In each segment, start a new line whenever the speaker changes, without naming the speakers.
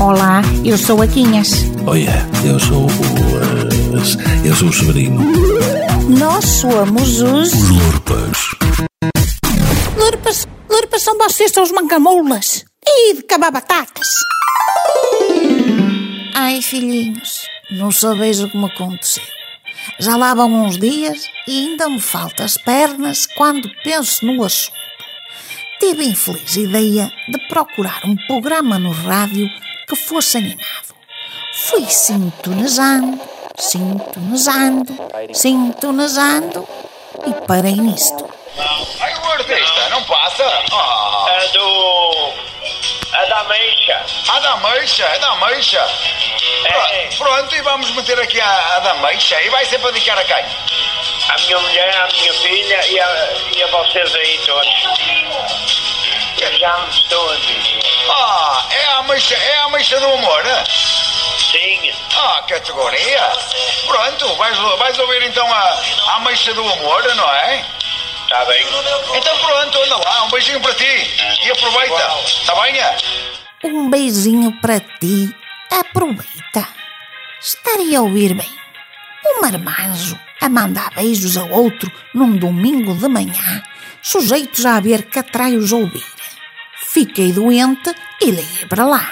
Olá, eu sou a Quinhas.
Olha, eu sou o. eh, eu sou o sobrinho.
Nós somos os.
Os Lurpas.
Lurpas, Lurpas são vocês, são os mangamoulas. E de cabar batatas. Ai, filhinhos, não sabeis o que me aconteceu. Já lá vão uns dias e ainda me faltam as pernas quando penso no assunto. Tive a infeliz ideia de procurar um programa no rádio que fosse animado. Fui sintonizando, sintonizando, sintonizando e parei nisto.
Aí o artista, não passa? Ah,
É do. É da Meixa.
a dameixa, a dameixa.
É.
Pro- Pronto, e vamos meter aqui a, a dameixa. E vai ser para dedicar a quem?
A minha mulher, a minha filha e a, e a vocês aí todos. Eu já me estou a dizer.
Ah, é a ameixa, é a ameixa do amor. né?
Sim,
Ah, categoria. Pronto, vais, vais ouvir então a, a ameixa do amor, não é?
está tá bem.
Então pronto, anda lá, um beijinho para ti. E aproveita, está bem? é?
Um beijinho para ti. Aproveita. Estarei a ouvir bem. Um marmanjo a mandar beijos a outro num domingo de manhã, sujeitos a haver catraios a ouvir. Fiquei doente e liguei para lá.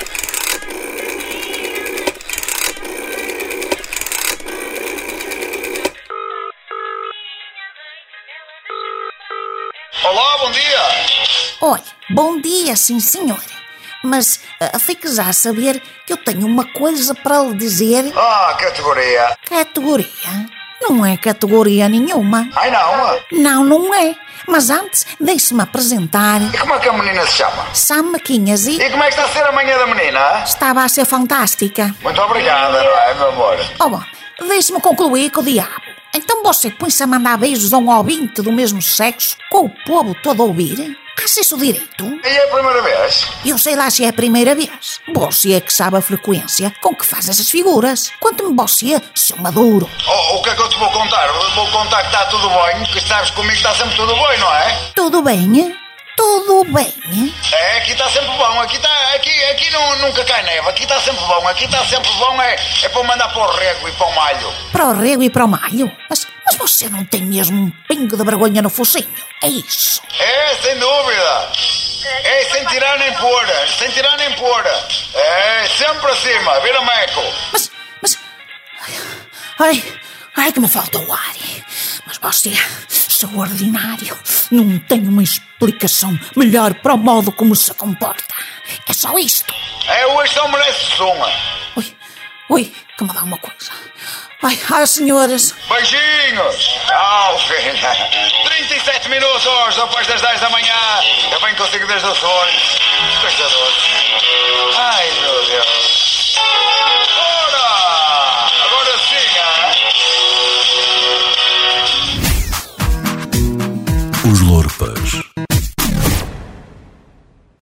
Olá, bom dia.
Olha, bom dia, sim senhor. Mas ah, fique já a saber que eu tenho uma coisa para lhe dizer.
Ah, categoria.
Categoria? Não é categoria nenhuma.
Ai não,
Não, não é. Mas antes, deixe-me apresentar.
e como é que a menina se chama?
Sam Maquinhas e
E como é que está a ser a manhã da menina?
estava a ser fantástica.
Muito obrigada, não é, meu amor?
Oh, bom, deixe-me concluir com o diabo. Então você põe-se a mandar beijos a um ouvinte do mesmo sexo com o povo todo a ouvir? Acha isso direito?
E é a primeira vez?
Eu sei lá se é a primeira vez. Você é que sabe a frequência com que faz essas figuras. Quanto-me você, seu maduro.
Oh, o que é que eu te vou contar? Eu Vou contar que está tudo bem, que sabes comigo está sempre tudo bem, não é?
Tudo bem? Tudo bem?
É, aqui está sempre bom, aqui está, aqui, aqui nu- nunca cai neve, aqui está sempre bom, aqui está sempre bom, é, é para eu mandar para o rego e para o malho.
Para o rego e para o malho? Mas, mas você não tem mesmo um pingo de vergonha no focinho? É isso.
É, sem dúvida. É, sem tirar nem pôr, sem tirar nem pôr. É, sempre acima, vira meco.
Mas, mas. Ai, ai que me falta o ar. Mas você, seu ordinário, não tem uma explicação melhor para o modo como se comporta. É só isto.
É, hoje só merece suma.
Ui, ui, que me dá uma coisa. Ai, ai, senhoras.
Beijinhos! Tchau, filha! 37 minutos hoje, depois das 10 da manhã. Eu venho consigo desde o sonho. Coisa doce. Ai, meu